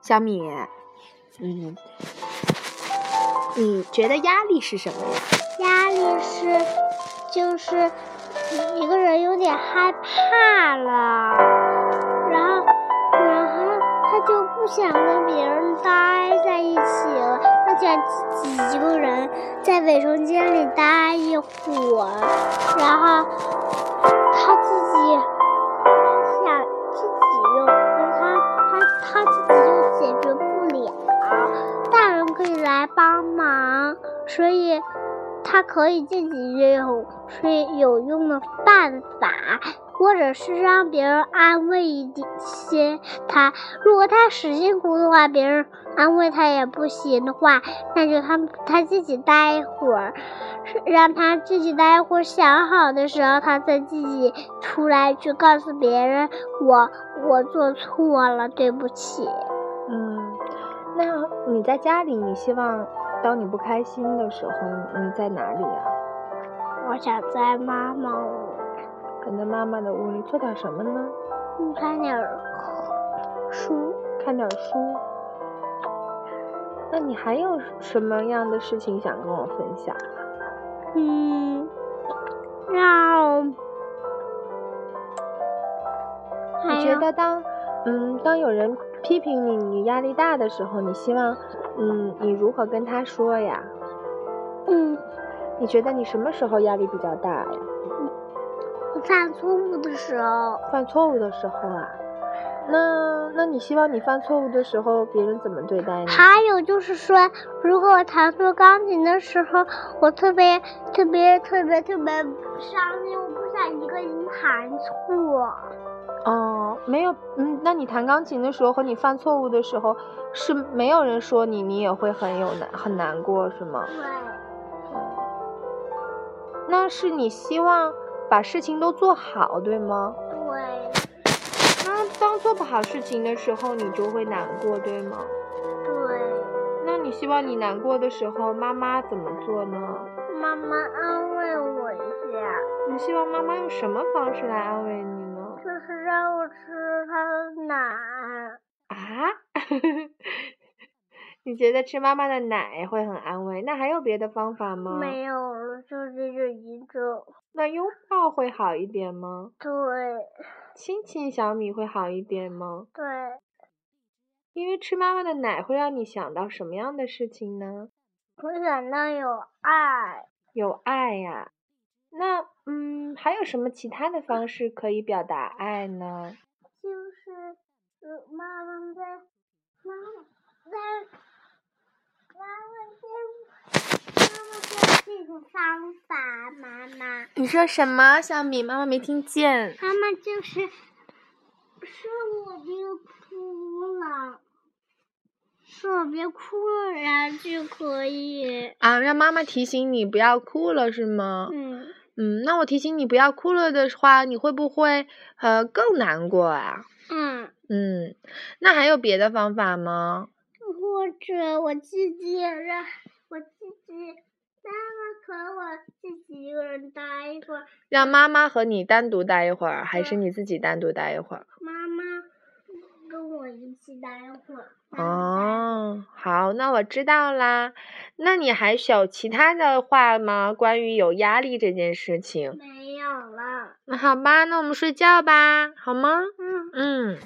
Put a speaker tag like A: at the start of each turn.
A: 小米，嗯，你觉得压力是什么呀？
B: 压力是，就是一个人有点害怕了，然后，然后他就不想跟别人待在一起了，他想自己一个人在卫生间里待一会儿，然后他自己想自己又，他他他自己又解决不了，大人可以来帮忙，所以。他可以自己用是有用的办法，或者是让别人安慰一些他。如果他使劲哭的话，别人安慰他也不行的话，那就他他自己待一会儿，让他自己待一会儿，想好的时候他再自己出来去告诉别人我我做错了，对不起。
A: 嗯，那你在家里，你希望当你不开心的时候，你在哪里啊？
B: 我想在妈妈屋，
A: 可能妈妈的屋里做点什么呢？
B: 嗯看点儿书。
A: 看点书。那你还有什么样的事情想跟我分享？
B: 嗯，让还
A: 你
B: 有
A: 觉得当嗯当有人批评你，你压力大的时候，你希望嗯你如何跟他说呀？
B: 嗯，
A: 你觉得你什么时候压力比较大呀？
B: 我犯错误的时候，
A: 犯错误的时候啊？那那你希望你犯错误的时候别人怎么对待你？
B: 还有就是说，如果我弹错钢琴的时候，我特别特别特别特别伤心，我不想一个音弹错。
A: 哦，没有，嗯，那你弹钢琴的时候和你犯错误的时候是没有人说你，你也会很有难很难过是吗？
B: 对，
A: 那是你希望把事情都做好，对吗？
B: 对，
A: 那当做不好事情的时候，你就会难过，对吗？
B: 对，
A: 那你希望你难过的时候，妈妈怎么做呢？
B: 妈妈安慰我一下，
A: 你希望妈妈用什么方式来安慰你呢？
B: 就是让我吃她的奶。
A: 啊？ 你觉得吃妈妈的奶会很安慰？那还有别的方法吗？
B: 没有了，就这就一种。
A: 那拥抱会好一点吗？
B: 对
A: 亲亲小米会好一点吗？
B: 对，
A: 因为吃妈妈的奶会让你想到什么样的事情呢？
B: 我想到有爱，
A: 有爱呀、那嗯，还有什么其他的方式可以表达爱呢？
B: 就是呃妈妈在妈妈在妈妈在妈妈在这个方法，妈妈
A: 你说什么？小米，妈妈没听见。
B: 妈妈就是是我别哭了，是我别哭了，然后就可以
A: 啊，让妈妈提醒你不要哭了是吗？
B: 嗯
A: 嗯，那我提醒你不要哭了的话，你会不会呃更难过啊？
B: 嗯。
A: 嗯，那还有别的方法吗？
B: 或者我自己让我自己，妈妈可我自己一个人待一会儿，
A: 让妈妈和你单独待一会儿，还是
B: 嗯
A: 你自己单独待一会儿？
B: 妈妈跟我一起待一会儿。
A: 哦，好，那我知道啦。那你还有其他的话吗？关于有压力这件事情？
B: 没有了，
A: 嗯那好吧，那我们睡觉吧，好吗？
B: 嗯。
A: 嗯。